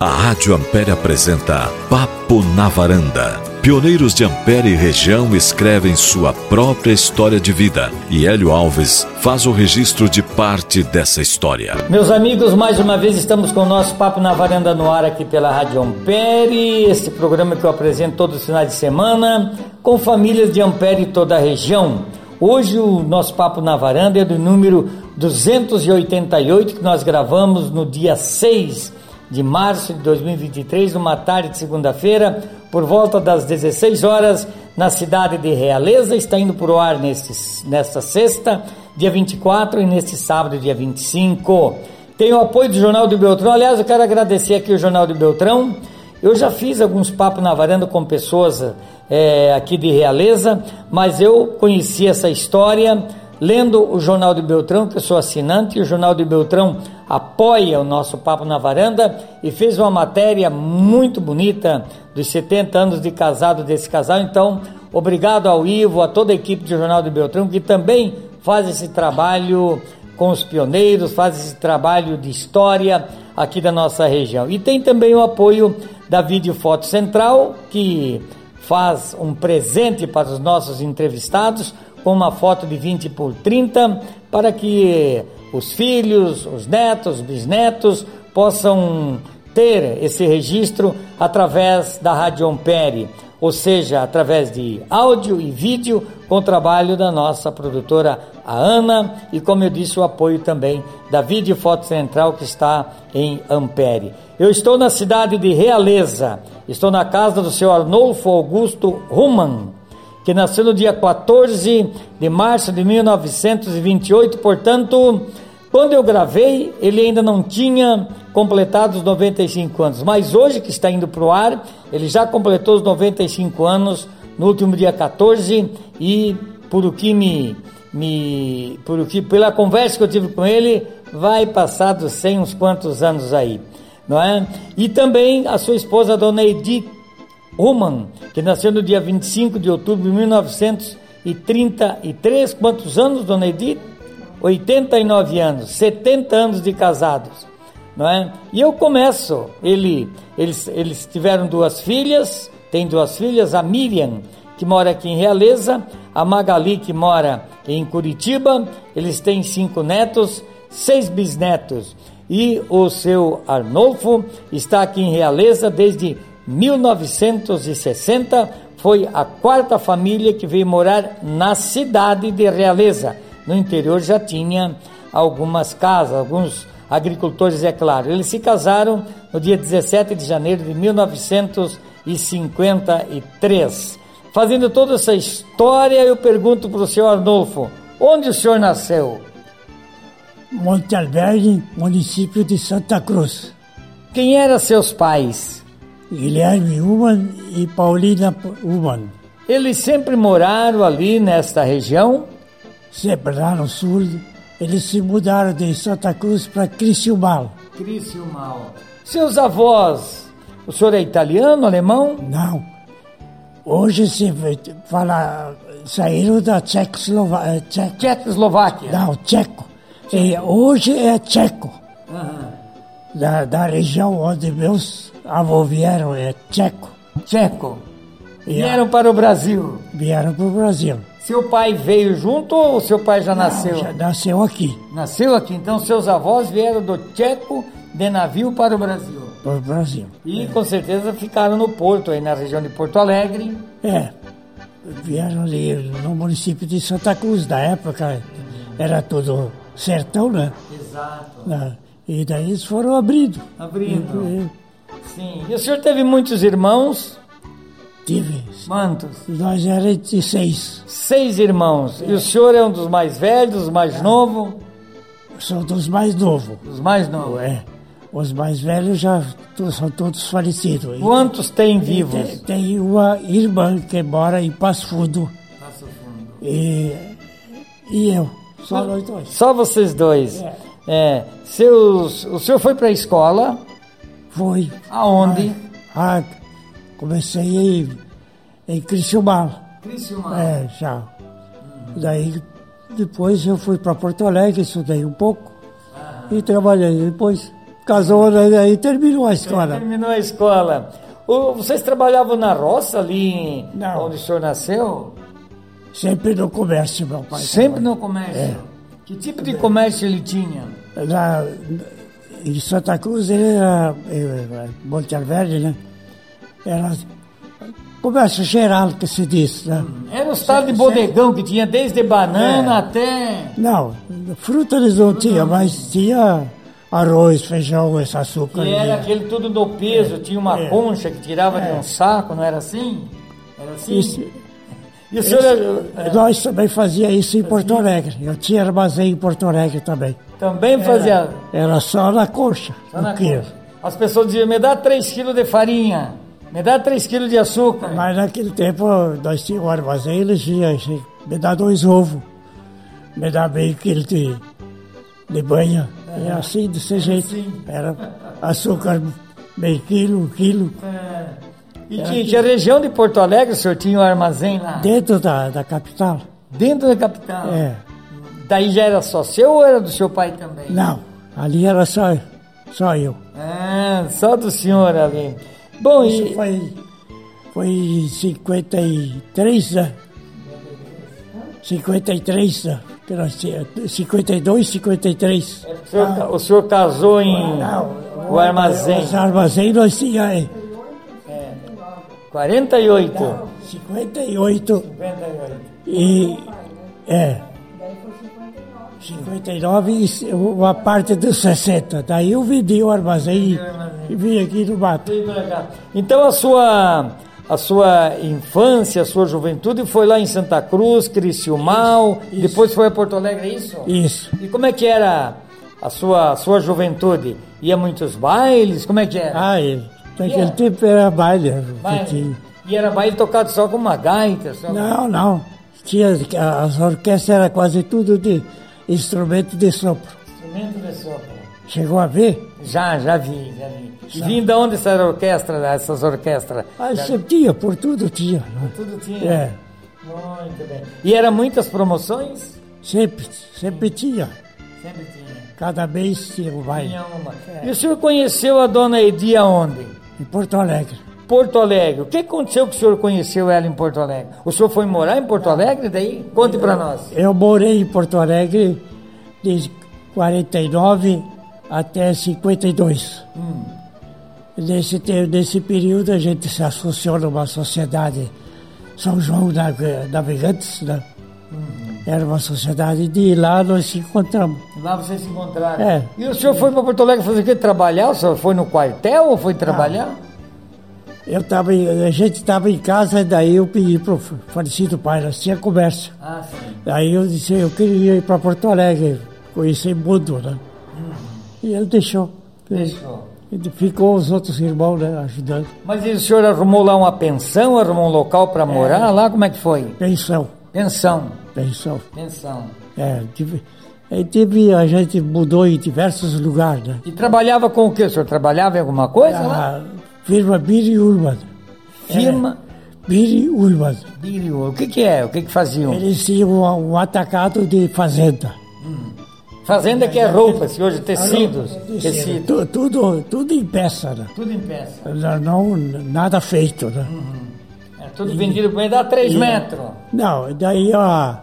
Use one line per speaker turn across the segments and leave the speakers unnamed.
A Rádio Ampere apresenta Papo na Varanda. Pioneiros de Ampere e região escrevem sua própria história de vida e Hélio Alves faz o registro de parte dessa história.
Meus amigos, mais uma vez estamos com o nosso Papo na Varanda no ar aqui pela Rádio Ampere, esse programa que eu apresento todos os finais de semana com famílias de Ampere e toda a região. Hoje o nosso Papo na Varanda é do número 288 que nós gravamos no dia 6 de março de 2023, numa tarde de segunda-feira, por volta das 16 horas, na cidade de Realeza. Está indo por ar nesse, nesta sexta, dia 24, e neste sábado, dia 25. Tem o apoio do Jornal do Beltrão. Aliás, eu quero agradecer aqui o Jornal do Beltrão. Eu já fiz alguns papos na varanda com pessoas é, aqui de Realeza, mas eu conheci essa história lendo o Jornal de Beltrão, que eu sou assinante, e o Jornal de Beltrão apoia o nosso Papo na Varanda e fez uma matéria muito bonita dos 70 anos de casado desse casal. Então, obrigado ao Ivo, a toda a equipe do Jornal de Beltrão, que também faz esse trabalho com os pioneiros, faz esse trabalho de história aqui da nossa região. E tem também o apoio da Vídeo Foto Central, que faz um presente para os nossos entrevistados com uma foto de 20 por 30 para que os filhos, os netos, bisnetos possam ter esse registro através da Rádio Ampere, ou seja, através de áudio e vídeo com o trabalho da nossa produtora a Ana e como eu disse o apoio também da Vídeo Foto Central que está em Ampere. Eu estou na cidade de Realeza, estou na casa do senhor Arnolfo Augusto Ruman, que nasceu no dia 14 de março de 1928, portanto, quando eu gravei, ele ainda não tinha completado os 95 anos, mas hoje que está indo para o ar, ele já completou os 95 anos no último dia 14 e por o que me, me por o que pela conversa que eu tive com ele, vai passar dos 100 uns quantos anos aí, não é? E também a sua esposa Dona Edith Roman, que nasceu no dia 25 de outubro de 1933. Quantos anos, dona Edith? 89 anos, 70 anos de casados, não é? E eu começo, ele, eles, eles tiveram duas filhas, tem duas filhas, a Miriam, que mora aqui em Realeza, a Magali, que mora em Curitiba, eles têm cinco netos, seis bisnetos, e o seu Arnolfo está aqui em Realeza desde 1960 foi a quarta família que veio morar na cidade de Realeza. No interior já tinha algumas casas, alguns agricultores, é claro. Eles se casaram no dia 17 de janeiro de 1953. Fazendo toda essa história, eu pergunto para o senhor Arnolfo: onde o senhor nasceu?
Monte Albergue, município de Santa Cruz.
Quem eram seus pais?
Guilherme Uman e Paulina Uman.
Eles sempre moraram ali nesta região?
Sempre lá no sul. Eles se mudaram de Santa Cruz para Criciúmal.
Criciúmal. Seus avós, o senhor é italiano, alemão?
Não. Hoje se fala, saíram da Tchecoslova...
Tcheco. Tchecoslováquia.
Não, tcheco. E hoje é tcheco. Uhum. Da, da região onde meus avô vieram é tcheco.
Tcheco. Vieram para o Brasil.
Vieram para o Brasil.
Seu pai veio junto ou seu pai já nasceu? Não, já
nasceu aqui.
Nasceu aqui. Então seus avós vieram do Tcheco de navio para o Brasil.
Para o Brasil.
E é. com certeza ficaram no Porto, aí na região de Porto Alegre.
É. Vieram ali no município de Santa Cruz, da época era tudo sertão, né?
Exato.
E daí eles foram abrindo.
Abrindo. E, e, Sim. E o senhor teve muitos irmãos?
Tive.
Quantos?
Nós éramos seis.
Seis irmãos. É. E o senhor é um dos mais velhos, mais é. novo?
Eu sou dos mais novos.
Dos mais novos?
É. Os mais velhos já são todos falecidos.
Quantos tem vivos?
Tem, tem, uma irmã que mora em Passo Fundo. Passo Fundo. E, e eu. Só Mas, nós dois.
Só vocês dois. É. é. Seus, o senhor foi para a escola?
Foi.
Aonde?
Ah, ah, comecei em, em Criciúmal.
Criciúmal?
É, já. Uhum. Daí, depois eu fui para Porto Alegre, estudei um pouco ah. e trabalhei depois. casou, né, aí terminou a história.
Terminou a escola. Ô, vocês trabalhavam na roça ali em-
Não.
onde o senhor nasceu?
Sempre no comércio, meu pai.
Sempre no comércio. Que tipo de comércio ele tinha?
Lá, em Santa Cruz, ele era, eh, Monte Alverde, né? Era comércio geral, que se diz, né?
Era o estado de bodegão que tinha desde banana até.
Não, fruta eles não tinham, mas tinha arroz, feijão, esse açúcar.
Que era aquele tudo do peso, tinha uma
É.
concha que tirava de
É.
um saco, não era assim? Era assim?
Isso. é.
E o senhor eh,
Nós também fazia isso em Porto Alegre. Eu tinha armazém em Porto Alegre também.
também
É.
fazia.
Era só na coxa.
Só na
no quilo.
concha. As pessoas diziam, me dá 3 quilos de farinha, me dá 3 quilos de açúcar.
Mas naquele tempo nós tínhamos um armazém, eles iam assim, me dá dois ovos, me dá meio quilo de, de banha. É. assim, desse jeito.
assim.
Era açúcar meio quilo, um quilo.
E tinha, tinha região de Porto Alegre, o senhor tinha um armazém lá,
Dentro da, da capital.
dentro da capital.
É.
Daí já era só seu ou era do seu pai também?
Não, ali era só, só eu.
Ah, só do senhor ali. Bom,
Isso
e,
foi, foi em 53, né? 53, né? Que nós tinha- 52, 53.
o, senhor, ca- o senhor casou em o armazém
Os armazém nós é, tínhamos
48.
58
58.
e. É. 59 e se- uma parte dos 60. Daí eu vendi o armazém e, e vim aqui no mato.
Vem pra cá. Então a sua a sua infância, a sua juventude foi lá em Santa Cruz, Criciúmal, depois foi a Porto Alegre, é isso?
Isso.
E como é que era a sua, a sua juventude? Ia muitos bailes? Como é que era?
Ah, e naquele tempo tipo era baile.
Baile.
Que tinha.
E era baile tocado só com uma gaita? Só...
Não, não. Tinha, as orquestras eram quase tudo de instrumento de sopro.
um Instrumento de sopro.
Chegou a ver?
Já, já vi, já vi. E vinha de onde essa orquestra, essas orquestras?
Ah, sempre tinha, por tudo tinha. né?
Tudo tinha.
É,
Muito bem. E eram muitas promoções?
sempre, sempre tinha.
Sempre tinha.
Cada mês tinha o baile.
Tinha uma. E o senhor conheceu a dona Edi aonde?
Em Porto Alegre.
Porto Alegre. O que aconteceu que o senhor conheceu ela em Porto Alegre? O senhor foi morar em Porto Alegre daí? Conte pra nós.
Eu morei em Porto Alegre de 49 até 52. Nesse, te- nesse período a gente se associou numa sociedade São João Nav- Navegantes, né? Era uma sociedade de lá nós se encontramos.
Lá vocês se encontraram.
É.
E o senhor foi para Porto Alegre fazer o quê? Trabalhar? O senhor foi no quartel ou foi trabalhar?
Eu tava, em- a gente estava em casa e daí eu pedi para o falecido pai, nós tinha comércio.
Ah, sim.
Daí eu disse, eu queria ir para Porto Alegre, conhecer mundo, né? E ele deixou.
Fechou.
E Ficou os outros irmãos né, ajudando.
Mas e o senhor arrumou lá uma pensão, arrumou um local para morar lá? Como é que foi?
Pensão,
Pensão.
pensão.
Pensão.
É, tive, aí teve, a gente mudou em diversos lugares, né?
E trabalhava com o quê? O senhor trabalhava em alguma coisa lá?
A firma Biri Urban.
Firma
Biri Urban.
Bilio. O que que é? O que que faziam?
Eles tinham um, um atacado de fazenda.
Fazenda que é roupa, se hoje tecidos, tecido.
Tu- tudo, tudo em peça, né?
Tudo em peça.
Não, não- nada feito, né?
É tudo vendido por meio dá 3 metros.
Não, daí ó,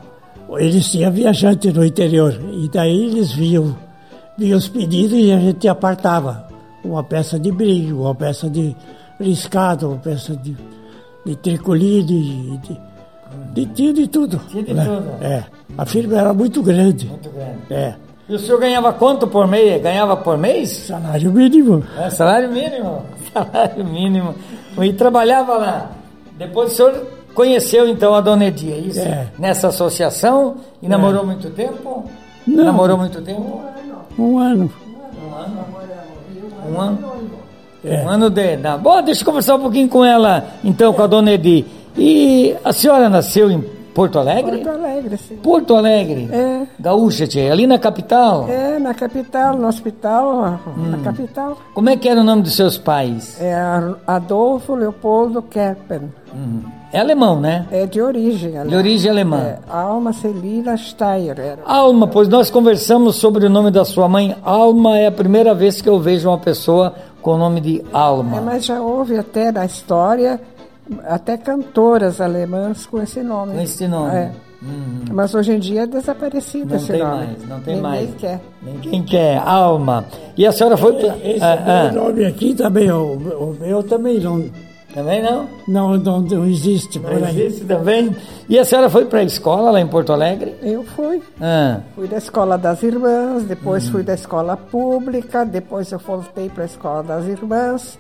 eles tinham viajante no interior, e daí eles viam, viam os pedidos e a gente apartava uma peça de brilho, uma peça de riscado, uma peça de, de tricoline, de, de, de, tinha de tudo.
Tinha de
né?
tudo.
É, a firma era muito grande.
Muito grande.
É,
E o senhor ganhava quanto por mês? Ganhava por mês?
salário mínimo.
É, salário mínimo. Salário mínimo. E trabalhava lá. Depois o senhor conheceu então a dona Edia, é isso?
É.
Nessa associação e namorou muito tempo?
Não.
Namorou muito tempo?
Um ano.
Um ano.
É.
Um ano de. Na... Bom, deixa eu conversar um pouquinho com ela, então, com a dona Edi. E a senhora nasceu em Porto Alegre?
Porto Alegre, sim.
Porto Alegre.
É.
Gaúcha, tia, ali na capital.
É, na capital, no hospital,
Hum.
na capital.
Como é que era o nome dos seus pais?
É Ar- Adolfo Leopoldo Kerpen.
É alemão, né?
É de origem alemã.
De origem alemã.
É, Alma Celina Steyer. Era.
Alma, pois nós conversamos sobre o nome da sua mãe. Alma é a primeira vez que eu vejo uma pessoa com o nome de Alma.
É, mas já houve até na história, até cantoras alemãs com esse nome.
Com esse nome. Hum.
É. Mas hoje em dia é desaparecido
Não
esse
tem
nome.
mais, não tem
né? Ninguém
mais.
quer.
Ninguém quer, Alma. E a senhora foi. pra-
Esse é
Ah,
meu
ah.
nome aqui também, o, o meu também não,
Também não?
não, não, não existe por aí.
Existe também. tá E a senhora foi para a escola lá em Porto Alegre?
Eu fui.
Ah,
Fui da escola das irmãs, depois
Hum.
fui da escola pública, depois eu voltei para a escola das irmãs,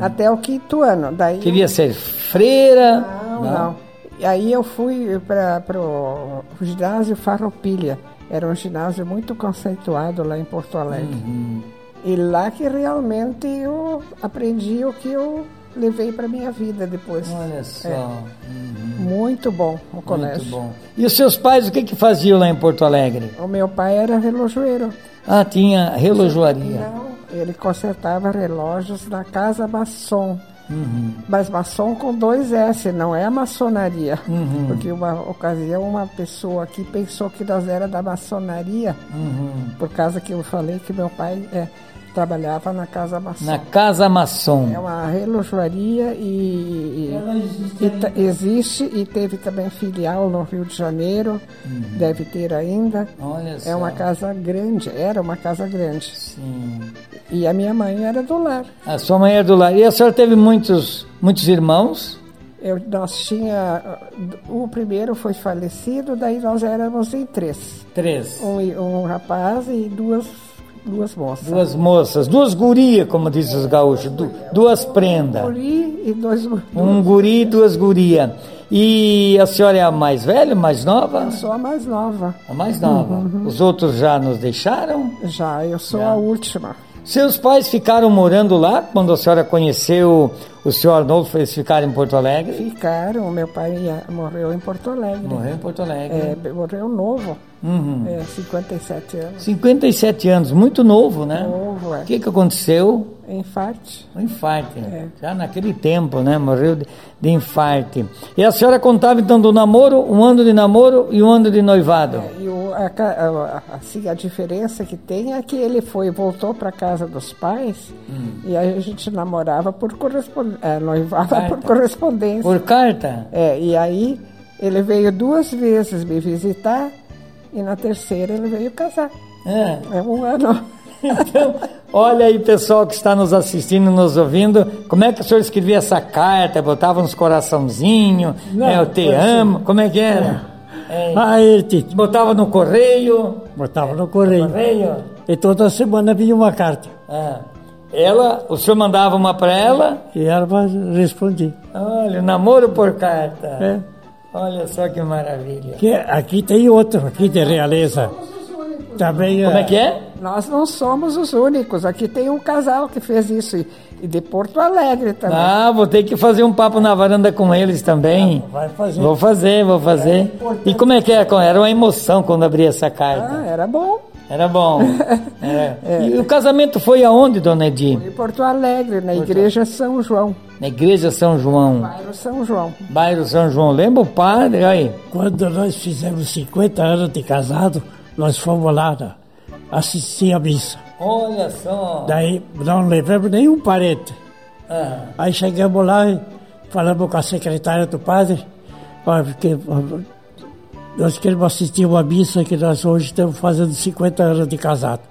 até o quinto ano. Daí
Hum. queria ser freira.
Não, não. E aí eu fui para o ginásio Farroupilha. Era um ginásio muito conceituado lá em Porto Alegre.
Uhum.
E lá que realmente eu aprendi o que eu levei para minha vida depois.
Olha só.
Muito bom o É, colégio.
Muito bom. E os seus pais, o que que faziam lá em Porto Alegre?
O meu pai era relojoeiro.
Ah, tinha relojoaria.
Então, ele consertava relógios na Casa Maçom.
Uhum.
Mas maçom com dois S, não é a maçonaria.
Uhum.
Porque uma ocasião uma pessoa aqui pensou que nós era da maçonaria,
Uhum.
por causa que eu falei que meu pai é, trabalhava na Casa Maçom.
Na Casa
É
Maçom.
uma relojoaria e, e- e ta- existe e teve também filial no Rio de Janeiro, deve ter ainda.
Uhum. Olha só.
É uma casa grande, era uma casa grande.
Sim.
E a minha mãe era do lar.
A sua mãe é do lar. E a senhora teve muitos, muitos irmãos?
Eu, nós tinha o primeiro foi falecido, daí nós éramos em três,
Três.
um, e- um rapaz e duas duas moças.
Duas moças. Duas gurias, como dizem os gaúchos. du- duas prendas.
Um guri e dois mu-
Um guri e duas gurias. E a senhora é a mais velha, mais nova?
sou a mais nova.
A mais nova. Os outros já nos deixaram?
Já eu sou a última.
Seus pais ficaram morando lá quando a senhora conheceu o senhor Arnoldo, eles ficaram em Porto Alegre?
Ficaram, meu pai ia- morreu em Porto Alegre.
Morreu Uhum. em Porto Alegre.
É, morreu novo, é, 57 anos.
57 anos, muito novo, né?
Novo, é.
O que, que aconteceu?
Infarte.
Um infarte.
É.
Já naquele tempo, né? Morreu de, de infarte. E a senhora contava então do namoro, um ano de namoro e um ano de noivado.
E o, a, ca- a- a- assim, a diferença que tem é que ele foi voltou para casa dos pais
Hum.
e aí a gente namorava por correspondência, noivava
Carta.
por correspondência.
Ah, tá. Por carta?
É, e aí ele veio duas vezes me visitar e na terceira ele veio casar.
É.
É um ano.
Então, olha aí, pessoal que está nos assistindo, nos ouvindo, como é que o senhor escrevia essa carta? Botava uns coraçãozinho,
Não,
é, eu te
foi assim.
amo, como é que era? É,
Aí, Tito,
botava no correio,
botava no correio.
correio.
E toda semana vinha uma carta.
é. Ela, o senhor mandava uma para ela,
E ela respondia.
olha, namoro por carta.
É.
Olha só que maravilha.
Que aqui tem outro, aqui de realeza. Também
Como é que é?
Nós não somos os únicos. Aqui tem um casal que fez isso e, e de Porto Alegre também.
Ah, vou ter que fazer um papo na varanda com eles também.
é, Vai fazer.
Vou fazer, vou fazer. E como é que era? Era uma emoção quando abri essa carta.
Ah, era bom.
Era bom. É. E o casamento foi aonde, dona
Em
Edi?
Porto Alegre,
é.
na igreja São João,
Na igreja São João,
bairro São João.
bairro São João. Lembra o padre? Aí.
Quando nós fizemos 50 anos de casado, nós fomos lá né, assistir a missa.
Olha só.
Daí não levamos nenhum parente.
Ah,
Aí chegamos lá e falamos com a secretária do padre, ó, porque ó, nós queremos assistir uma missa que nós hoje estamos fazendo 50 anos de casado.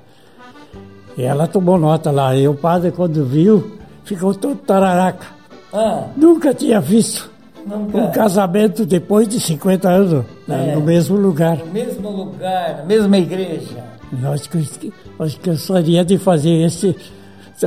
E ela tomou nota lá. E o padre, quando viu, ficou todo tararaca.
ah,
Nunca tinha visto um
nunca.
casamento depois de 50 anos, né,
É.
no mesmo lugar.
No mesmo lugar, na mesma igreja.
Nós que- nós gostaria de fazer esse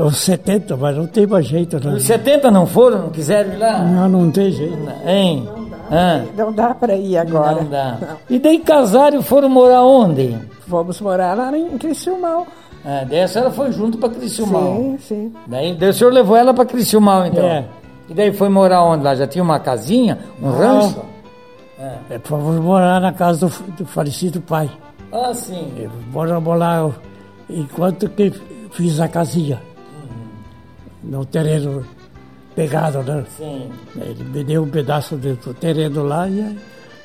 os 70, mas não tem mais jeito. Não,
Os 70 não foram? Não quiseram ir lá?
não, não tem jeito.
Hein? Ah,
Não dá para ir agora.
não dá. E daí casaram e foram morar onde?
Vamos morar lá em Criciúmal.
Ah, daí a senhora foi junto para Criciúmal.
Sim, sim.
Daí, daí o senhor levou ela para Criciúmal, então?
É.
E daí foi morar onde lá? Já tinha uma casinha? Um rancho?
É, fomos morar na casa do, do falecido pai. É,
Ah, sim.
Moramos lá enquanto que fiz a casinha. No terreno pegado, né?
Sim.
Ele me deu um pedaço do do terreno lá e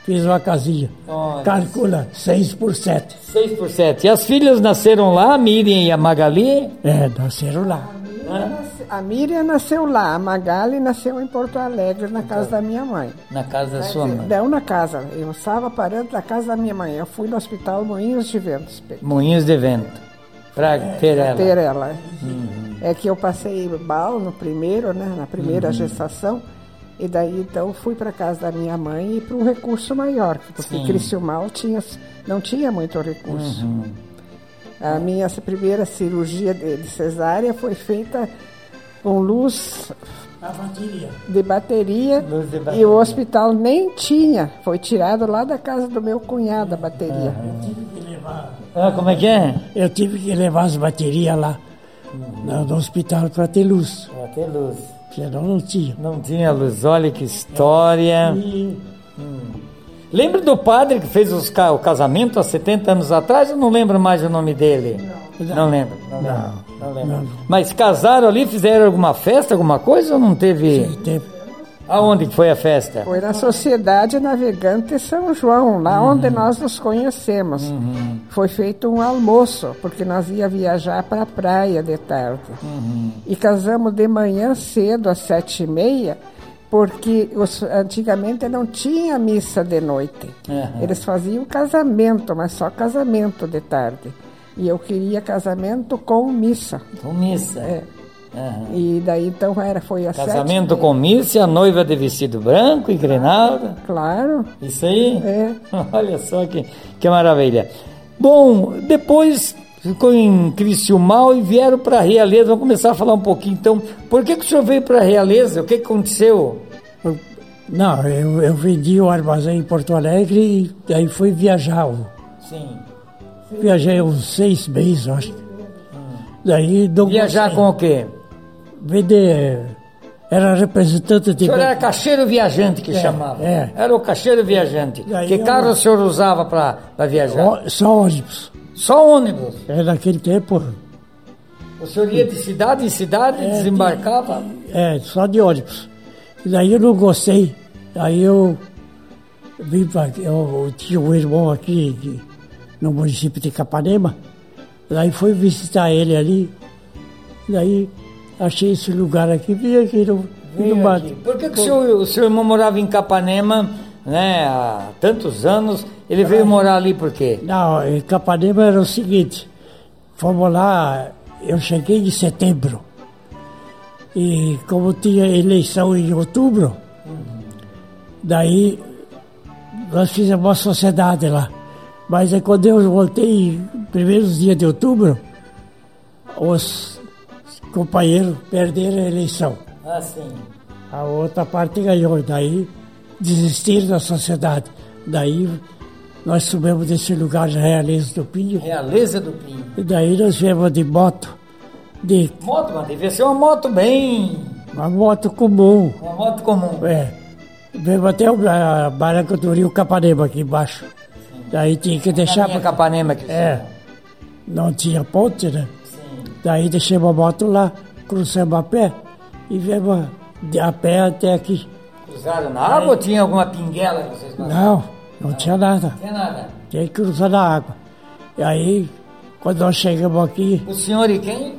fiz uma casinha.
Olha.
Calcula, 6 por 7.
6 por 7. E as filhas nasceram lá, a Miriam e a Magali?
É, nasceram lá.
é?
A Miriam nasceu lá, a Magali nasceu em Porto Alegre, na casa da minha mãe.
Na casa Então. da sua mãe.
Não na casa, eu estava parando na casa da minha mãe. Eu fui no hospital Moinhos de Ventos pe-
Moinhos de vento. Pra ter ela.
ter ela.
Uhum.
É que eu passei mal no primeiro, né, na primeira gestação, e daí então fui para casa da minha mãe e para um recurso maior, porque Criciúmal tinha, não tinha muito recurso.
Uhum. É.
A minha primeira cirurgia de, de cesárea foi feita com luz
A família.
de bateria,
Luz de
e
bateria.
o hospital nem tinha. Foi tirado lá da casa do meu cunhado a bateria.
Uhum. Ah, como é que é?
Eu tive que levar as baterias lá no, no hospital para ter luz,
Pra ter luz.
senão não tinha.
Não tinha luz, olha que história.
E
Lembra do padre que fez os ca- o casamento há 70 anos atrás? Eu não lembro mais o nome dele. Não, lembro. Não, lembro. Não lembro. Mas casaram ali, fizeram alguma festa, alguma coisa ou não teve?
teve-
Aonde que foi a festa?
Foi na Sociedade Navegante São João, lá
Uhum.
onde nós nos conhecemos. Foi feito um almoço, porque nós ia viajar para a praia de tarde.
Uhum.
E casamos de manhã cedo, às sete e meia, porque os- antigamente não tinha missa de noite.
Uhum.
Eles faziam casamento, mas só casamento de tarde. E eu queria casamento com missa.
Com missa. Aham.
E daí então era, foi às sete.
Uhum. Casamento com missa, a noiva de vestido branco e grenalda.
Claro.
Isso aí?
É.
Olha só que, que maravilha. Bom, depois ficou em Criciúmal e vieram para a Realeza. Vamos começar a falar um pouquinho então. Por que, que o senhor veio para a Realeza? O que, que aconteceu?
eu- não, eu, eu vendi o armazém em Porto Alegre e aí fui viajar.
Sim.
Viajei uns seis meses, eu acho. Daí não
Viajar
gostei.
com o quê?
Vender. Era representante
O
de.
senhor era cacheiro viajante que chamava.
é.
Era o cacheiro viajante.
Daí
que
eu-
carro o senhor usava para viajar?
Ó- Só ônibus.
Só ônibus.
É, naquele tempo,
O senhor ia de cidade em cidade, desembarcava.
é, só de ônibus. E daí eu não gostei. Aí eu vim pra, eu, eu tinha um irmão aqui de- no município de Capanema. Daí fui visitar ele ali. Daí achei esse lugar aqui, vim aqui no,
Veio
no mato.
aqui. Por que, que o, seu, o seu irmão morava em Capanema né, há tantos anos? Ele veio morar ali por quê?
Não, em Capanema era o seguinte, fomos lá, eu cheguei em setembro. E como tinha eleição em outubro, daí nós fizemos uma sociedade lá. Mas aí quando eu voltei, primeiros dias de outubro, os companheiros perderam a eleição.
Ah, sim.
A outra parte ganhou, daí desistiram da sociedade. Daí nós subimos desse lugar de realista do Pinho.
Realeza do Pinho.
E daí nós viemos de moto, de
Moto, mas devia ser uma moto bem.
uma moto comum.
Uma moto comum.
É. Viemos até o a barranca do Rio Capanema aqui embaixo. Daí tinha que deixar.
Chapa Capanema que
É. Não tinha ponte, né? Daí deixamos a moto lá, cruzamos a pé e viemos de a pé até aqui.
cruzaram na água ou tinha alguma pinguela que vocês passaram?
Não, não tinha nada.
Não tinha nada.
Tem que cruzar na água. E aí, quando nós chegamos aqui,
O senhor e quem?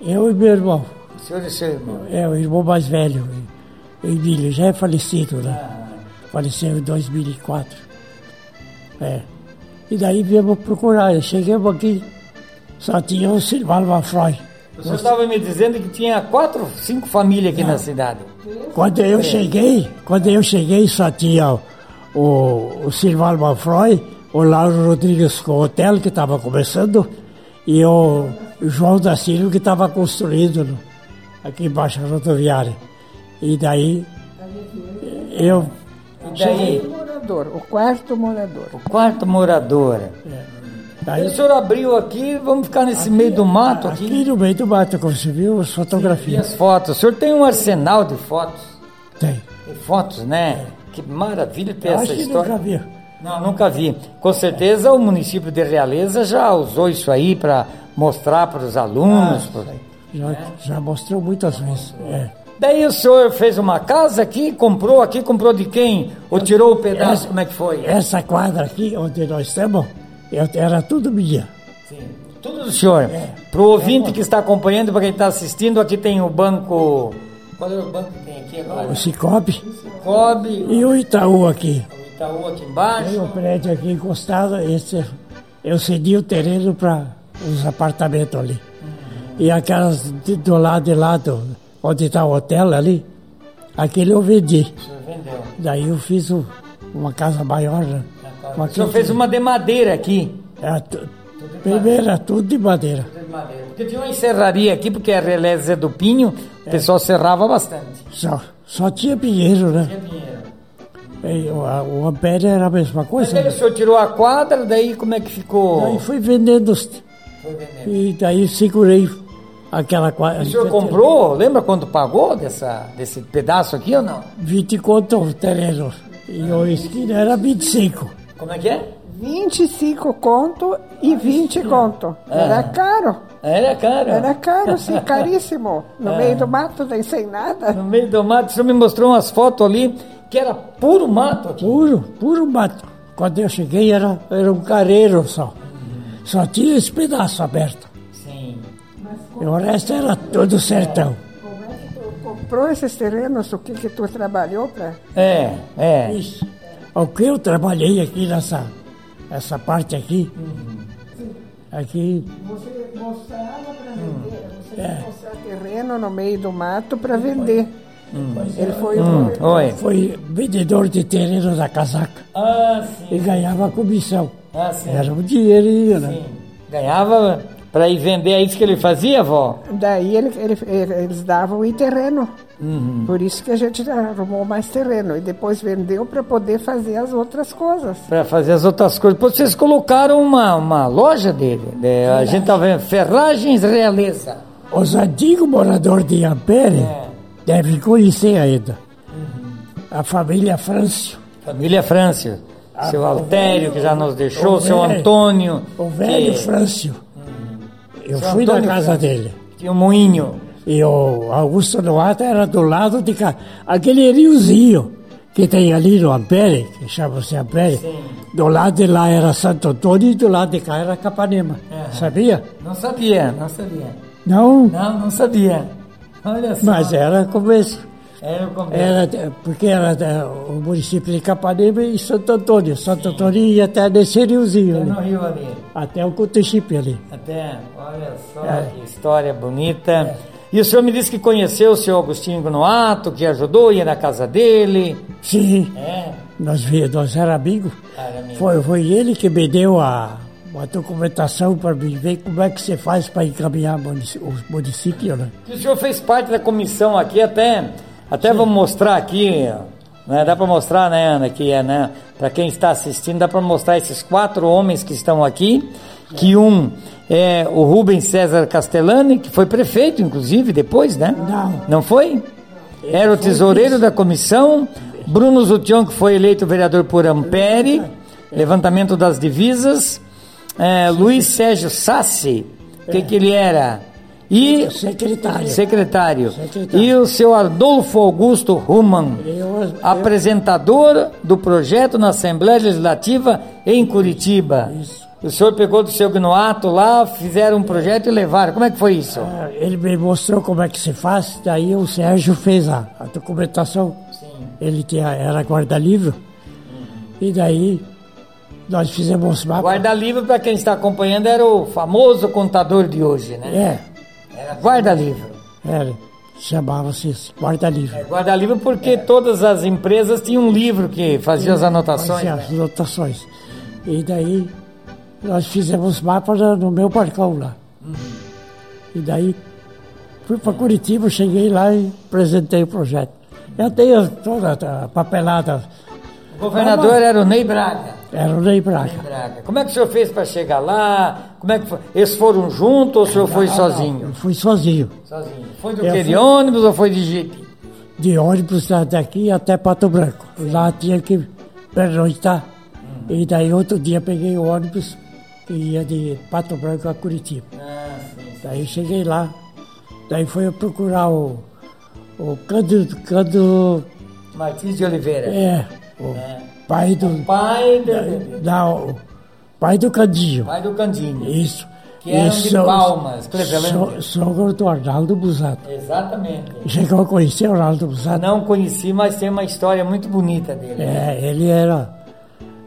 eu e meu irmão,
O senhor e seu irmão.
é o irmão mais velho, Emílio, já é falecido, né? Faleceu em 2004. É. E daí viemos procurar, chegamos aqui, só tinha o Silvalva Freud.
O senhor estava me dizendo que tinha quatro, cinco famílias aqui na cidade.
Quando
É.
eu cheguei, quando eu cheguei só tinha o, o Silvano Manfroy, o Lauro Rodrigues com o hotel que estava começando e o João da Silva que estava construindo no- aqui embaixo da rodoviária. E daí eu
E daí,
Morador, o quarto morador.
o quarto morador. Aí
daí
o senhor abriu É. aqui, vamos ficar nesse meio do mato aqui.
aqui no meio do mato, como você viu, as
E
fotografias.
as fotos? O senhor tem um arsenal de fotos.
Tem.
Tem fotos, né? Que maravilha ter
É. Eu
essa é
acho que nunca
história.
vi.
Não, nunca vi. Com certeza o município de Realeza já usou isso aí
Ah,
para mostrar para os alunos. pro-
Já, já mostrou muitas vezes. É.
Daí o senhor fez uma casa aqui, comprou aqui, comprou de quem? Ou tirou o pedaço?
Essa-
Como é que foi?
Essa quadra aqui, onde nós estamos, eu- era tudo minha.
Sim. Tudo do senhor.
É.
Para o ouvinte que está acompanhando, para quem está assistindo, aqui tem o banco. Qual é o banco que tem aqui agora?
O Cicobi
O Cobre,
e o Itaú aqui.
o Itaú aqui
Tem um
embaixo.
prédio aqui encostado, esse, eu cedi o terreno para os apartamentos ali. E aquelas de- do lado de lá, do- onde está o hotel ali, aquele eu vendi.
O senhor vendeu.
Daí eu fiz um- uma casa maior. né?
O senhor fez uma de madeira aqui.
Era É, tu- primeiro era tudo de madeira.
Porque tinha uma serraria aqui, porque a relé Zé do Pinho,
É.
o pessoal serrava bastante.
Só, só tinha pinheiro, né? E o, a- o Ampere era a mesma coisa.
Daí o senhor tirou a quadra, daí como é que ficou?
Daí fui vendendo os-
Foi vendendo.
e daí segurei aquela quadra.
O senhor comprou, lembra quando pagou dessa, desse pedaço aqui ou não?
20 conto o terreno. E o esquina era 25.
Como é que é?
25 conto e 20 conto. Era caro,
Era caro.
era caro, sim, caríssimo. No meio do mato, nem sem nada.
No meio do mato, o senhor me mostrou umas fotos ali que era puro mato aqui.
Puro, puro mato. Quando eu cheguei era, era um careiro só. Só tinha esse pedaço aberto.
Sim.
E o resto era todo sertão.
é Comprou esses terrenos, o que que tu trabalhou para?
É, é.
Isso. O que eu trabalhei aqui nessa essa parte aqui, aqui
Você mostrava para vender, né? você mostrava terreno Hum. no meio do mato para vender. Ele foi um
Oi.
foi vendedor de terreno da casaca
Ah, sim.
e ganhava comissão.
Ah, sim.
Era um dinheirinho, né?
Ganhava pra ir vender, é isso que ele fazia, vó?
Daí ele, ele- ele- eles davam o terreno. Por isso que a gente arrumou mais terreno. E depois vendeu para poder fazer as outras coisas.
Pra fazer as outras coisas. Pô, vocês colocaram uma, uma loja dele. né? A gente tava vendo Ferragens Realeza.
Os antigos moradores de Ampere
É.
devem conhecer ainda. A família Francio.
Família Francio. seu Altério, que já nos deixou,
Ah, o
seu
velho-
Antônio.
O velho
que
Francio. Eu
Seu
fui
Uhum. Antônio
na casa
Francio.
dele.
Tinha um moinho.
E o Augusto Noata era do lado de cá. Aquele riozinho que tem ali no Ampere, que chama-se Ampere. Do lado de lá era Santo Antônio e do lado de cá era Capanema. Sabia?
Não sabia, não sabia.
Não,
Não, não sabia. Olha só.
mas era começo.
Era o começo.
Era, de- porque era da- o município de Capanema e Santo Antônio. Santo Antônio ia até nesse riozinho,
Era
ali,
no Rio ali.
até o Cotichipe ali.
Até, olha só que história bonita. E o senhor me disse que conheceu o seu Agostinho Gnoato, que ajudou, ia na casa dele.
Sim,
É,
nós, vi- nós era amigos.
Era amigo.
Foi, foi ele que me deu a, a documentação para mim ver como é que você faz para encaminhar munici- os municípios. Né?
E o senhor fez parte da comissão aqui até, até vamos mostrar aqui, né? dá para mostrar, né, Ana, que é, né, para quem está assistindo, dá para mostrar esses quatro homens que estão aqui, que um é o Rubens César Castellani, que foi prefeito, inclusive, depois, né?
Não.
Não foi? Era o tesoureiro da comissão, Bruno Zution, que foi eleito vereador por Ampere, levantamento das divisas, é, Luiz Sérgio Sassi, o que, que ele era? E
Secretário.
Secretário.
Secretário.
E o seu Adolfo Augusto Ruman,
Eu- eu-
apresentador do projeto na Assembleia Legislativa em Curitiba.
Isso.
O senhor pegou do seu Gnoato lá, fizeram um projeto e levaram. Como é que foi isso?
Ah, Ele me mostrou como é que se faz, daí o Sérgio fez a, a documentação. Ele tinha, era guarda-livro. E daí nós fizemos mapa.
Guarda-livro, para quem está acompanhando, era o famoso contador de hoje, né?
É,
Era guarda-livro.
era. É, Chamava-se esse guarda-livro.
Guarda-livro porque todas as empresas tinham um livro que fazia as anotações.
Fazia
né?
as anotações. E daí nós fizemos mapa na- no meu barcão lá. E daí fui para Curitiba, cheguei lá e apresentei o projeto. Eu tenho toda a papelada. é.
O governador era o Ney Braga.
Era o Ney Braga.
Braga. Como é que o senhor fez para chegar lá? Como é que foi? Eles foram juntos ou o senhor foi sozinho?
Eu fui sozinho,
Sozinho. Foi do
Eu
que? De
fui-
ônibus ou foi de jipe?
de ônibus da- daqui até Pato Branco. Lá tinha que pernoitar. E daí outro dia peguei o ônibus que ia de Pato Branco a Curitiba.
Ah, sim.
Daí cheguei lá, daí fui eu procurar o, o Cândido, Cândido
Martins de Oliveira.
é, o pai do,
Pai do,
da, o pai do Candinho,
pai do Candinho.
isso.
Que eram de
sogro-
Palmas, Clevelândia.
so- Sogro do Arnaldo Busato.
Exatamente.
Chegou a conhecer o Arnaldo Busato?
Não conheci, mas tem uma história muito bonita dele.
É, ele era,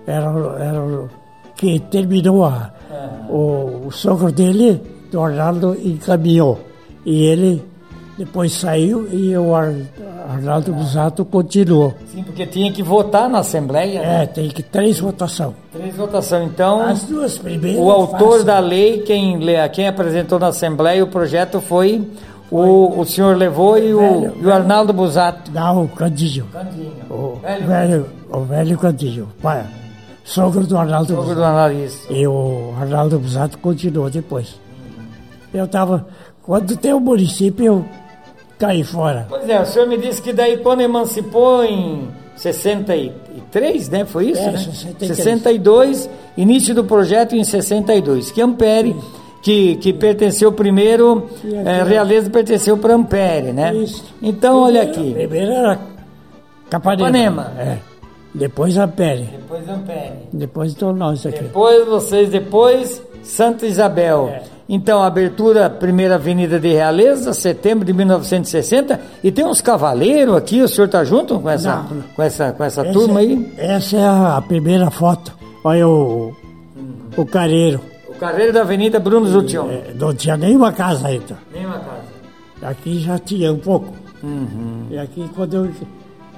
era, era o- que terminou a,
É.
o, o sogro dele, do Arnaldo, encaminhou. E ele depois saiu e o Ar- Arnaldo Busato continuou.
Sim, porque tinha que votar na Assembleia. né?
É, tem que três votações.
Três votações. Então,
As duas primeiras.
o autor
fácil.
da lei, quem, le- quem apresentou na Assembleia o projeto foi o, o senhor Levou e o,
Velho,
e o Arnaldo Busato.
Não, o Candinho. O
Candinho. Velho,
velho, o velho Candinho. Pai, sogro do Arnaldo
jogo do
Busato.
analista.
E o Arnaldo Busato continuou depois. Eu estava. Quando tem o município, eu caí fora.
Pois é, o senhor me disse que daí quando emancipou em 63, né? Foi isso?
É,
né?
63.
62, início do projeto em 62. Que Ampere, que, que pertenceu primeiro,
E aqui,
eh,
ó.
Realeza pertenceu para Ampere, né?
Isso.
Então, olha aqui.
Primeiro era Capanema.
Capanema.
É. Depois a pele.
Depois Ampere.
Depois então nós aqui.
Depois vocês, depois Santa Isabel.
É.
Então, abertura, primeira avenida de Realeza, setembro de 1960. E tem uns cavaleiros aqui, o senhor está junto com essa,
Não.
com essa, com essa turma aí?
Essa é a primeira foto. Olha o, o careiro.
O carreiro da avenida Bruno Zutião.
É, Não tinha nenhuma casa ainda.
Nenhuma casa.
Aqui já tinha um pouco.
Uhum.
E aqui quando eu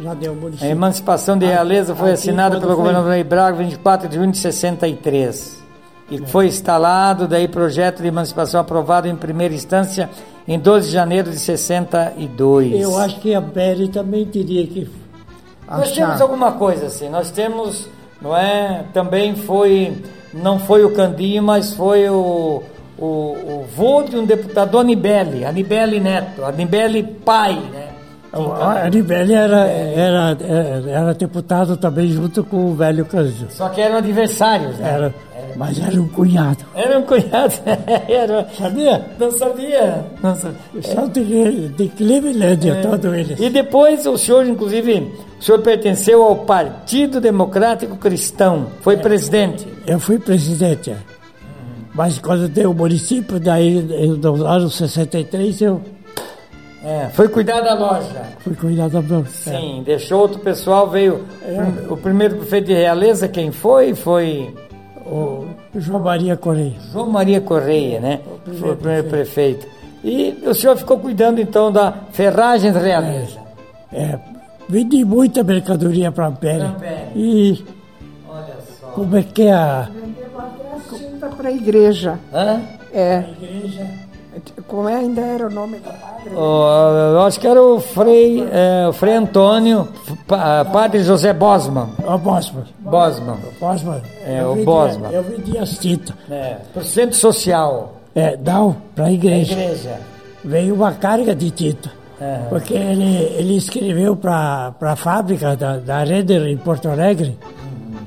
já deu o
A
município.
emancipação de Realeza foi
aqui
assinada
quando
pelo
foi-
governador Ney Braga 24 de junho de 63.
É.
E foi instalado daí projeto de emancipação aprovado em primeira instância em 12 de janeiro de 62.
eu acho que a Pele também teria que
Nós
achar.
temos alguma coisa assim, nós temos, não é? Também foi, não foi o Candinho, mas foi o, o, o vô de um deputado, Anibele, Anibele Neto, Anibele Pai, né?
O Aribelli era, era, era, era deputado também junto com o velho Cândido.
Só que eram adversários, né?
Era, mas era um cunhado.
Era um cunhado, era,
Sabia?
não sabia, não sabia.
Só de, de Clevelândia,
É.
todo ele.
E depois o senhor, inclusive, o senhor pertenceu ao Partido Democrático Cristão, foi
É.
presidente.
Eu fui
Uhum.
presidente. Mas quando deu o município, daí eu- no ano 63 eu
É, foi cuidar da loja.
fui cuidar da minha.
Sim, deixou outro pessoal, veio. O primeiro prefeito de Realeza, quem foi? Foi
O João Maria Correia.
João Maria Correia, né? Foi o primeiro prefeito. E o senhor ficou cuidando então da ferragem de Realeza.
É, vendi muita mercadoria para a
Ampere.
Ampere. E
Olha só.
como é que é a
Tinta para a igreja.
Hã?
É.
igreja?
Como é, ainda era o nome do padre?
O- eu acho que era o Frei, eh, o Frei Antônio, pa- Padre José Bosman.
O Bosman.
Bosman.
Bosman.
É,
Eu
o
vendi-
Bosman.
Eu vendi as tintas.
É, pro Centro Social.
É, não, para a igreja.
Igreja.
veio uma carga de tinta.
É. Aham.
Porque ele, ele escreveu para a fábrica da, da Render em Porto Alegre.
Uhum.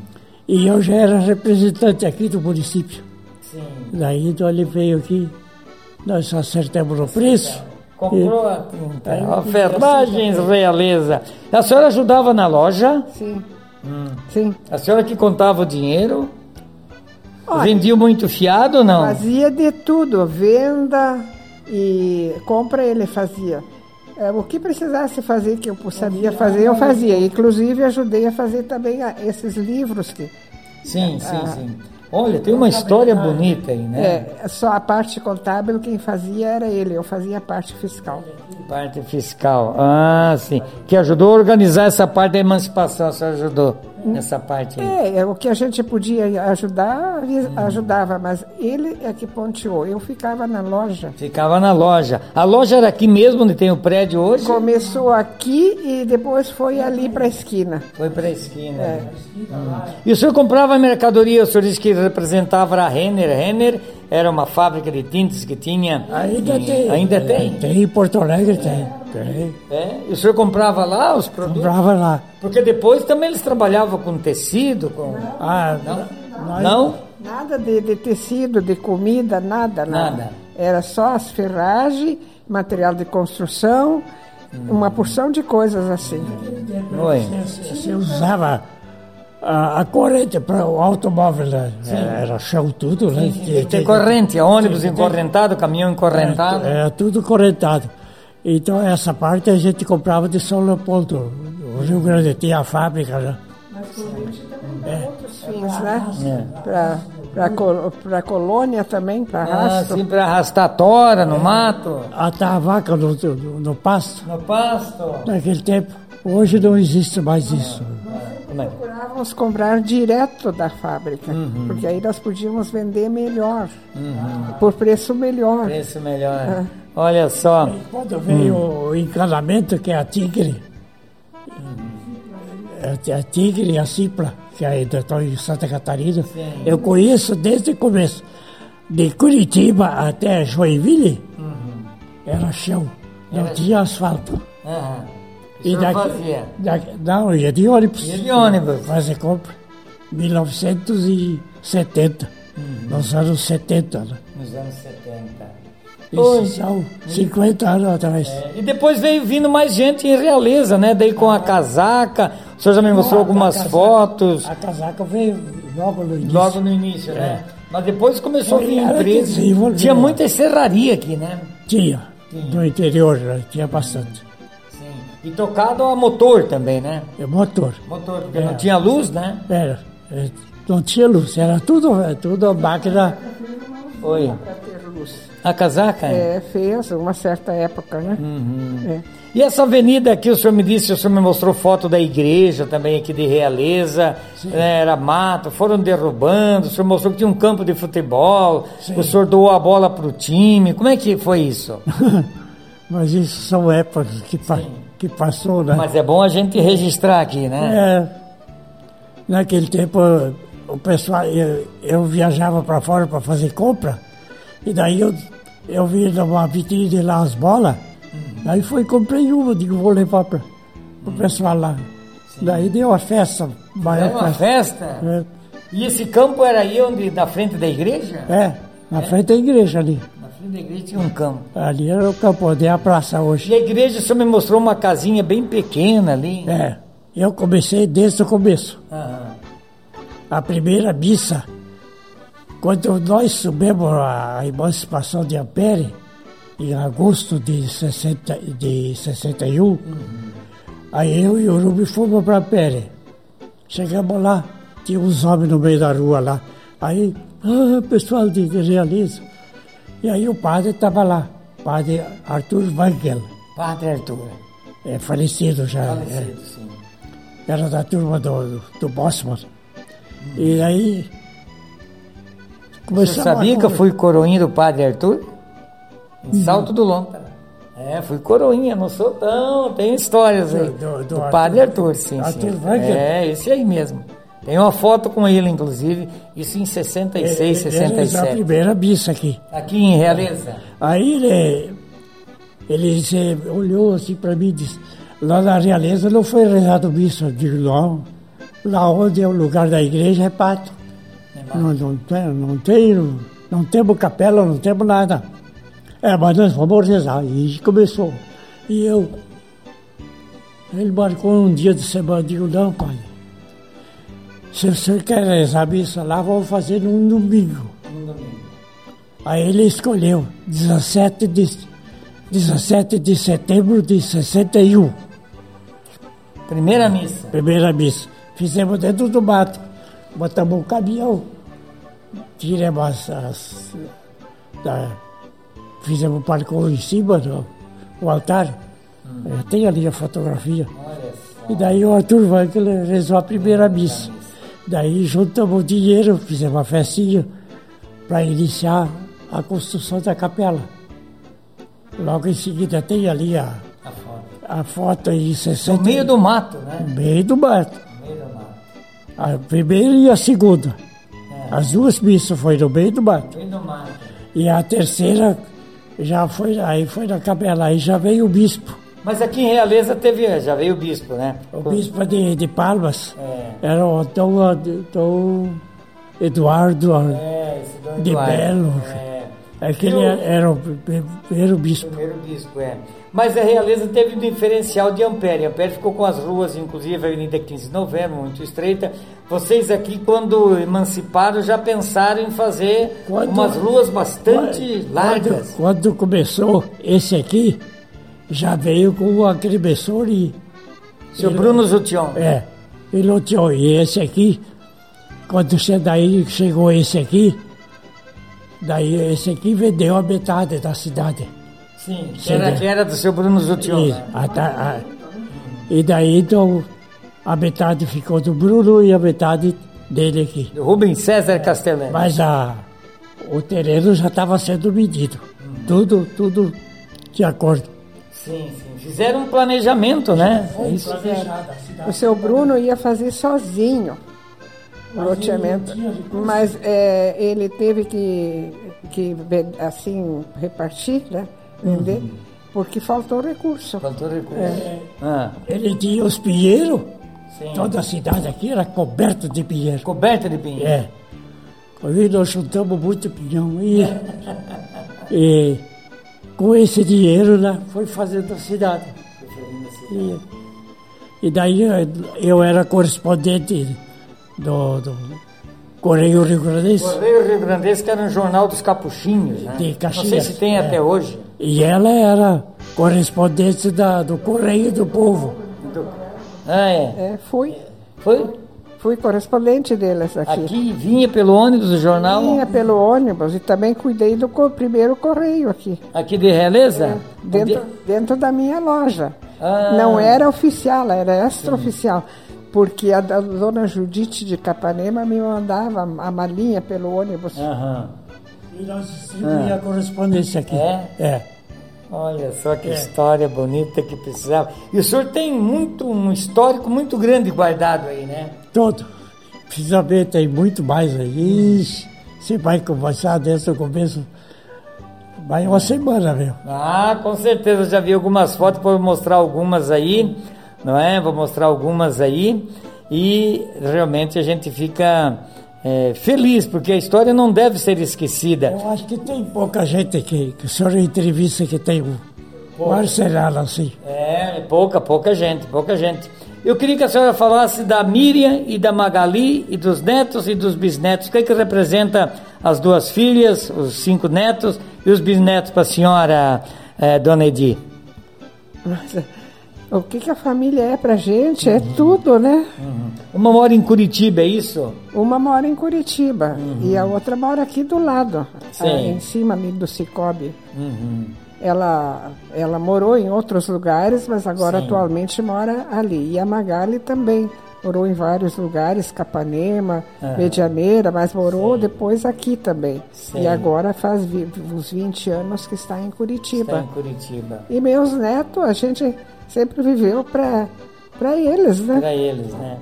E eu já era representante aqui do município.
Sim.
Daí então ele veio aqui, nós acertamos o preço.
Comprou a tinta. A Ferragens Realeza. A senhora ajudava na loja?
Sim. Sim.
A senhora que contava o dinheiro?
Olha.
Vendia muito fiado ou não?
Fazia de tudo, venda e compra ele fazia. É, o que precisasse fazer, que eu sabia fazer, eu fazia. Inclusive, ajudei a fazer também a- esses livros que...
Sim, sim, sim. Olha, tem uma história bonita aí, né?
É, só a parte contábil quem fazia era ele, eu fazia a parte fiscal.
Parte fiscal. Ah, sim. Que ajudou a organizar essa parte da emancipação. A senhora ajudou nessa parte aí.
É, é, o que a gente podia ajudar, vi- ajudava, mas ele é que ponteou. Eu ficava na loja.
Ficava na loja. A loja era aqui mesmo, onde tem o prédio hoje?
Começou aqui e depois foi ali para a esquina.
Foi para a esquina. Hum. E o senhor comprava mercadoria, o senhor disse que representava a Renner. Renner era uma fábrica de tintas que tinha.
Ainda
e-
tem.
Ainda
É,
tem.
Tem em Porto Alegre, tem. tem.
É? E o senhor comprava lá os produtos?
Comprava lá.
Porque depois também eles trabalhavam com tecido, com.
Ah,
Não?
nós-
Não?
Nada de, de tecido, de comida, nada, nada.
Nada.
Era só as ferragens, material de construção, uma
Hum.
porção de coisas assim.
Oi.
Você você usava a, a corrente para o automóvel, né? era chão tudo, né? Tinha-
Tem
tinha-
corrente, ônibus encorrentado, caminhão encorrentado.
Era É, tudo correntado. Então essa parte a gente comprava de São Leopoldo. O Rio Grande tinha a fábrica, né?
É.
Fins, né? Para a colônia também, para
Ah,
rastro.
sim, para arrastar tora no mato,
Atar a vaca no, no, no pasto
no pasto.
naquele tempo. Hoje não existe mais isso.
Como é?
Procurávamos comprar direto da fábrica,
Uhum.
porque aí nós podíamos vender melhor, por preço melhor.
Preço é
Ah.
melhor. Olha só.
Quando
Hum.
veio o encanamento, que é a tigre, é a tigre e a cipra, que ainda estão em Santa Catarina, eu conheço desde o começo. De Curitiba até Joinville,
Uhum.
era chão, não tinha asfalto.
Ah,
E
É. o senhor
daqui-
fazia.
daqui- não, ia de ônibus.
Ia de ônibus.
Fazer compra. 1970.
Uhum.
Nos anos 70, né?
Nos anos 70. Oi. É.
Isso são 50 anos atrás.
E depois veio vindo mais gente em realeza, né? Daí com a casaca. O senhor já me mostrou algumas
A casaca-
fotos.
A casaca veio logo no início.
Logo no início, né? Mas depois começou a vir
Era
empresa.
desenvolvido.
Tinha muita serraria aqui, né?
Tinha.
Hum.
No interior, né? tinha bastante.
Sim. E tocado a motor também, né?
E motor.
Motor, porque não tinha luz, né?
Era. eh, Não tinha luz, era tudo, eh, tudo máquina.
Oi.
Pra ter luz.
A casaca?
É, fez uma certa época, né? É.
E essa avenida aqui, o senhor me disse, o senhor me mostrou foto da igreja também aqui de Realeza, né, era mato, foram derrubando, o senhor mostrou que tinha um campo de futebol, o senhor doou a bola para o time, como é que foi isso?
Mas isso são épocas que, pa- que passou, né?
Mas é bom a gente registrar aqui, né?
É, naquele tempo o pessoal eu, eu viajava para fora para fazer compra e daí eu eu vi numa vitrine lá as bolas, daí fui comprei uma, digo vou levar para o pessoal lá. Daí deu uma festa, maior
Era É uma
festa.
festa. E esse campo era aí onde, na frente da igreja?
É, é, na frente da igreja ali.
Na frente da igreja tinha um campo.
Ali era o campo, onde é a praça
E
hoje.
a igreja, o senhor me mostrou uma casinha bem pequena ali. né?
É, eu comecei desde o começo.
Aham.
a primeira missa, quando nós subimos a emancipação de Ampere, em agosto de, 60, de 61,
Uhum.
aí eu e o Rubi fomos para Ampere. Chegamos lá, tinha uns homens no meio da rua lá. Aí, ah, pessoal de, de realismo. E aí o padre estava lá, padre Arthur Wangel,
Padre Arthur.
é falecido já. é
Falecido, sim.
era da turma do, do, do Bosman. E aí.
Você
Começamos
sabia
a
que eu
conver-
fui coroinha do Padre Arthur? Em
Uhum.
Salto do Lontra. É, fui coroinha, não sou tão. Tem histórias aí.
Do-
Do,
do- do
Padre
Arthur.
Arthur, sim.
Arthur
sim.
Wagner.
É, esse aí mesmo. Tem uma foto com ele, inclusive, isso em
É,
66,
Era é a
67.
primeira missa aqui.
Tá Aqui em Realeza.
Aí ele, ele se olhou assim para mim e disse: Lá na realeza não foi rezado missa. Eu digo: Não, lá onde é o lugar da igreja é pato. Não, não, tem, não, tem, não temos capela, não temos nada. É, mas nós vamos rezar. E começou. E eu. Ele marcou um dia de semana. Eu digo: Não, pai. Se o senhor quer rezar a missa lá, vamos fazer num domingo. Aí ele escolheu 17 de, 17 de setembro de 61,
Primeira missa.
primeira missa. Fizemos dentro do mato, botamos um caminhão, tiramos as. as da- fizemos um palco em cima do o altar. Eh, Tem ali a fotografia.
Hum. Olha só.
E daí o Arthur Wankel rezou a primeira missa. Daí juntamos o dinheiro, fizemos uma festinha para iniciar a construção da capela. Logo em seguida tem ali a,
A foto.
a foto em 60.
No meio do mato, né?
um, meio do mato.
No meio do mato.
A primeira e a segunda. As duas missas foi no meio do
No
mato.
meio do mato.
E a terceira já foi, aí foi na capela, aí já veio o bispo.
Mas aqui em Realeza teve, já veio o bispo, né?
O bispo de, de Palmas
É.
era o Dom, Ad- Dom Eduardo.
É, esse Dom
De
Eduardo.
Belo.
É.
Aquele
E o-
era o pri- primeiro bispo.
Primeiro bispo, é. Mas a realeza teve um diferencial de Ampere. Ampere ficou com as ruas, inclusive a Avenida 15 de Novembro, muito estreita. Vocês aqui, quando emanciparam, já pensaram em fazer
Quando-
umas ruas bastante
Quando-
largas.
Quando começou esse aqui, já veio com aquele bessor e.
Seu Bruno Zution.
É, e loteou. E esse aqui, quando você daí chegou esse aqui, daí esse aqui vendeu a metade da cidade.
Sim, que
Sim,
era,
né?
que era do seu Bruno né? Zution.
E, a ta- a- e daí então a metade ficou do Bruno e a metade dele aqui.
Rubem César Castellani.
Mas a, o terreno já estava sendo medido. Tudo, tudo de acordo.
Sim, sim. Fizeram um planejamento, né? É isso.
O seu Bruno ia fazer sozinho o loteamento, mas é, ele teve que, que ve- assim repartir, né? Vender, porque faltou recurso.
Plantou recurso.
É.
Ah,
Ele tinha os pinheiros,
sim.
toda a cidade aqui era coberta de pinheiro.
Coberta de pinheiro.
É. Aí nós juntamos muito pinhão. E, e com esse dinheiro né, foi fazendo a cidade. E, e daí eh, eu era correspondente do, do Correio Rio Grandense.
Correio Rio Grandense, que era um jornal dos capuchinhos, né?
De
Não
Caxias.
sei se tem
É.
até hoje.
E ela era correspondente da, do Correio do Povo.
Ah, é.
É, fui,
Foi?
fui correspondente deles aqui.
Aqui vinha pelo ônibus do jornal,
Vinha pelo ônibus e também cuidei do co- primeiro correio aqui,
aqui de Realeza?
É,
dentro, dentro da minha loja.
Ah.
Não era oficial, era extraoficial. Porque a da- dona Judite de Capanema me mandava a malinha pelo ônibus.
Ah. Aham.
E nós distribuímos a correspondência aqui.
É?
é.
Olha só que história bonita que precisava. E o senhor tem muito um histórico muito grande guardado aí, né?
Todo. Precisa ver, tem muito mais aí. Ixi, Você vai conversar desde o começo. Vai uma semana mesmo.
Ah, com certeza já vi algumas fotos, vou mostrar algumas aí, não é? Vou mostrar algumas aí e realmente a gente fica é, feliz porque a história não deve ser esquecida.
Eu acho que tem pouca gente que, que o senhor entrevista que tem um, um arsenal assim.
É, é pouca, pouca gente, pouca gente. Eu queria que a senhora falasse da Miriam e da Magali e dos netos e dos bisnetos. O que é que representa as duas filhas, os cinco netos e os bisnetos para a senhora, eh, dona Edi?
Nossa, o que, que a família é pra gente? É tudo, né?
Uma mora em Curitiba, é isso?
Uma mora em Curitiba e a outra mora aqui do lado,
Uhum. Sim. Uhum.
a- em cima ali do Cicobi. Ela, ela morou em outros lugares, mas agora atualmente mora ali. E a Magali também morou em vários lugares, Capanema, Medianeira, mas morou depois aqui também.
Sim.
E agora faz vi- uns 20 anos que está em Curitiba.
Está Tá em Curitiba.
E meus netos, a gente sempre viveu para para eles, né?
Para eles, né?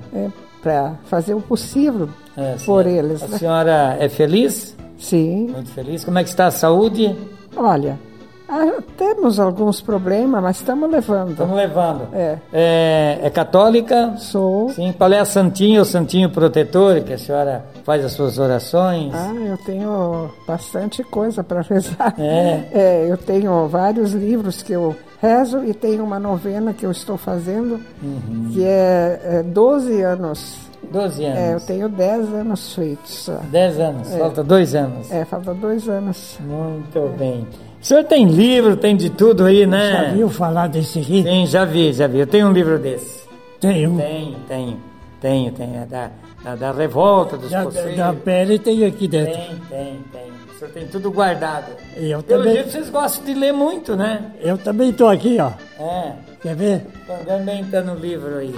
para fazer o possível
É, sim.
por eles,
A
né?
senhora é feliz?
Sim.
Muito feliz. Como é que está a saúde?
Olha, ah, temos alguns problemas, mas estamos levando.
Estamos levando.
É.
É, é católica?
Sou.
Sim, qual é a santinha, o santinho protetor que a senhora faz as suas orações?
Ah, eu tenho bastante coisa para rezar.
É.
eu tenho vários livros que eu rezo e tenho uma novena que eu estou fazendo,
Uhum.
que é, é 12 anos.
12
É, eu
anos.
tenho 10 anos feitos. só.
10 anos, falta dois anos.
É, falta dois anos.
Muito bem. O senhor tem livro, tem de tudo aí,
Já
né?
viu falar desse aqui?
Sim, já vi, já vi. Eu tenho um livro desse.
Tem um.
Tenho, tenho, tenho, tenho. É da, da, da revolta dos
Da,
poceiros.
da pele tem aqui dentro.
Tem, tem, tem. O senhor tem tudo guardado.
E eu
Pelo
também.
jeito vocês gostam de ler muito, né?
Eu também estou aqui, ó.
É.
Quer ver?
Também tá no livro aí.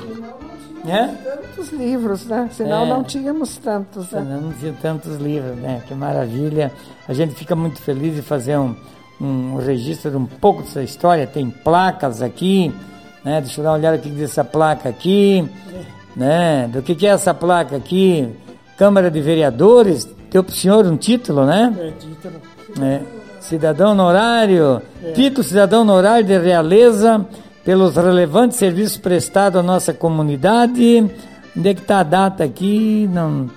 Né?
Tantos livros, né? Senão
É.
não tínhamos tantos, né?
Não tinha tantos livros, né? Que maravilha. A gente fica muito feliz de fazer um, um registro um pouco dessa história. Tem placas aqui, né? Deixa eu dar uma olhada aqui dessa placa aqui, né? Do que, que é essa placa aqui? Câmara de Vereadores, deu pro senhor um título, né? É, cidadão honorário, título cidadão honorário de realeza pelos relevantes serviços prestados à nossa comunidade. Onde é que está a data aqui? Não,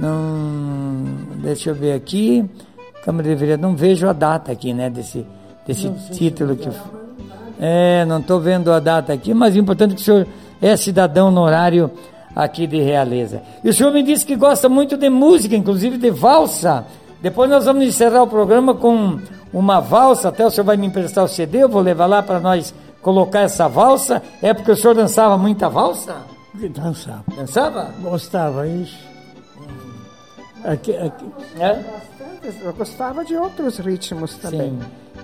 não, deixa eu ver aqui. Câmara de Vereadores, não vejo a data aqui, né, desse, desse título que... eu- É, não estou vendo a data aqui, mas o importante é que o senhor é cidadão no horário aqui de Realeza. E o senhor me disse que gosta muito de música, inclusive de valsa. Depois nós vamos encerrar o programa com uma valsa. Até o senhor vai me emprestar o CD, eu vou levar lá para nós colocar essa valsa. É porque o senhor dançava muita valsa?
que dançava.
Dançava?
Gostava, isso.
Hum.
Aqui, aqui,
É?
Bastante. Eu gostava de outros ritmos também.
Sim.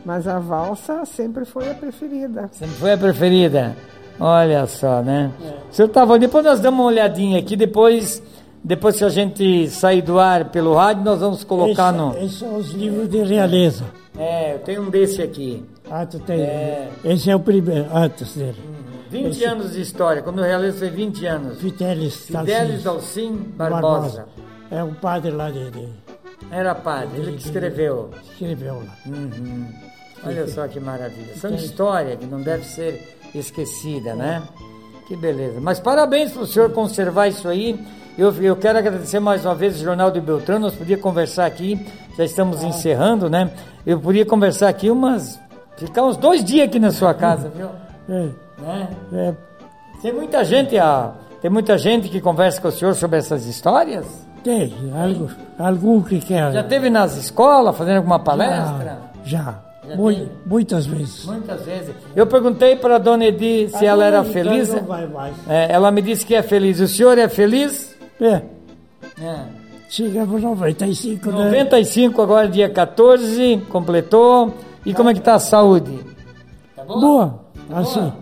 Mas a valsa sempre foi a preferida.
Sempre foi a preferida. Olha só, né? O senhor Tavão, depois nós damos uma olhadinha aqui, depois, depois se a gente sair do ar pelo rádio, nós vamos colocar
esse-
no.
Esses são os livros de realeza.
É, eu tenho um desse aqui.
Ah, tu tem.
É. Uhum.
Esse é o primeiro, antes dele.
20 anos de história, quando eu realizei 20 anos.
Vitelis
Fidélis
Tarcísio
Alcim Barbosa.
É um padre lá de, de-
Era padre, ele que escreveu.
escreveu lá.
Hum. Olha só que maravilha. São história que não deve ser esquecida, né? Que beleza. Mas parabéns para o senhor conservar isso aí. Eu, eu quero agradecer mais uma vez o Jornal do Beltrano. Nós podíamos conversar aqui, já estamos encerrando, né? Eu podia conversar aqui umas. ficar uns dois dias aqui na sua casa, viu?
É,
Né?
é,
Tem muita gente, a, tem muita gente que conversa com o senhor sobre essas histórias?
tem, algo, algum que quer.
Já teve nas escolas, fazendo alguma palestra?
Ah, já.
Já
Mui-
tem?
muitas vezes.
Muitas vezes. Eu perguntei para a dona Edi se ela era
Então
feliz.
não vai mais.
É, ela me disse que é feliz. O senhor é feliz?
É,
É.
chegamos a 95, né?
95 agora, dia 14, completou. E como é que está a saúde? Tá
Boa, assim.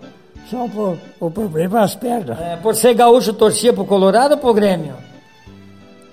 Só por, o problema é as pernas,
É, por ser gaúcho, torcia pro Colorado ou pro Grêmio?